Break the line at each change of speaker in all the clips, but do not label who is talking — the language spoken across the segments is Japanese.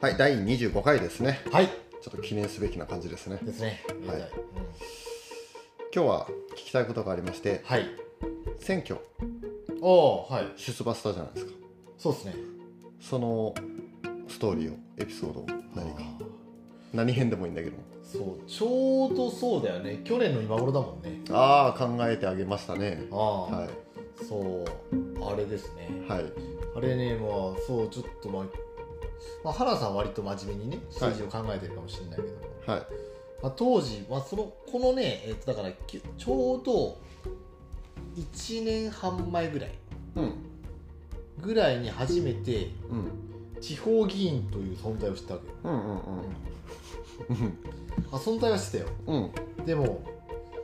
はい、第25回ですね。
はい
ちょっと記念すべきな感じですね。
ですね
は
はいい、
今日は聞きたいことがありまして、
はい、
選挙
おーはい
出馬したじゃないですか。
そうですね
そのストーリーを、エピソードを何か、
あー
何編でもいいんだけど。
そうちょうどそうだよね去年の今頃だもんね
ああ、考えてあげましたね。
ああ、
は
そうあれですね、
い。はい。
あれねまあそうちょっとまあ、まあ、原さんは割と真面目にね
はい
政治を考えてるかもしれないけども、
はい。
まあ、当時、まあ、そのこのね、えっとだからきちょうど1年半前ぐらい
うん。
ぐらいに初めて
うん。
地方議員という存在を知ったわけよ、
うんうんうん。
まあ、存在は知ってたよ
うん。
でも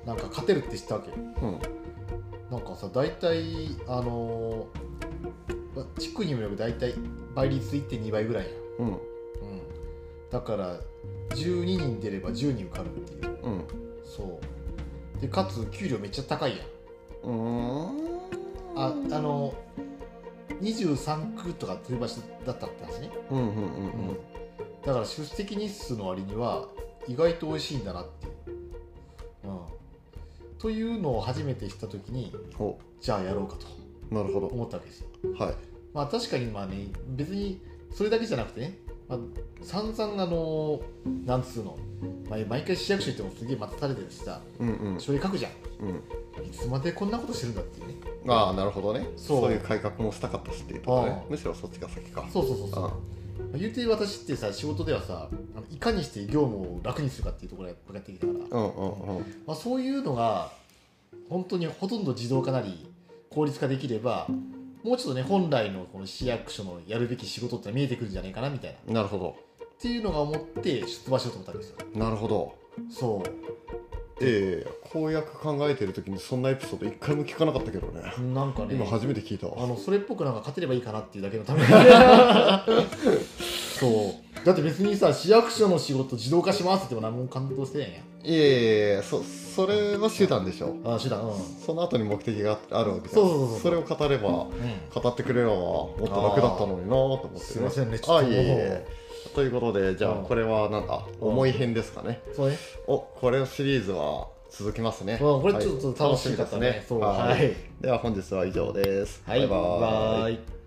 なんか勝てるって知ったわけよ
うん。
なんかさ大体あのーまあ地区にもよく大体倍率1.2倍ぐらいや
うん。
うんだから12人出れば10人受かるっていう
うん。
そうでかつ給料めっちゃ高いやん
うん。
ああ、の23区とか取り場所だったって話ね、
うんうんうんうん。
だから出席日数の割には意外と美味しいんだなっていう、うん、というのを初めて知った時に
お、
じゃあやろうかと
なるほど。
思ったわけですよ
はい。
まあ確かにまあね別にそれだけじゃなくてね、まあ、散々あのなんつうの、まあ、毎回市役所行ってもすげえ待たされてるしさ
うんうん。
書類書くじゃん
うん。
いつまでこんなことしてるんだっていうね
ああなるほどねそ
そうう
いう改革もしたかったしっていうとこ
あ
ね
あ
むしろそっちが先か
そうそうそうそう
ああ
まあ言うて私ってさ仕事ではさあのいかにして業務を楽にするかっていうところがやってきたから、
うんうんうん
まあ、そういうのが本当にほとんど自動化なり効率化できればもうちょっとね本来のこの市役所のやるべき仕事って見えてくるんじゃないかなみたいな
なるほ
っていうのが思って出馬しようと思ったんですよ
どなるほど
そう
ええ公約考えてる時にそんなエピソード一回も聞かなかったけどね
なんかね
今初めて聞いた
あ
わ
のそれっぽくなんか勝てればいいかなっていうだけの ためにそうだって別にさ市役所の仕事自動化しますって言っても何も感動してないや
いえいえそそれは手段でしょ
んあ手段うん、うん、
その後に目的があるわけじゃん
そうそうそうそう
れを語れば語ってくれればもっと楽だったのになと思って、ね、
すいませんねちょ
あ
っと
いえいえということでじゃあ
うん
これはなんだ
うん
重い編ですかね
そうね
おこれのシリーズは続きますね
うんこれちょっと楽しみだったね,、
はい
そう
楽しみですねはい
はい
では本日は以上です。
はい、
バイバイ
バイ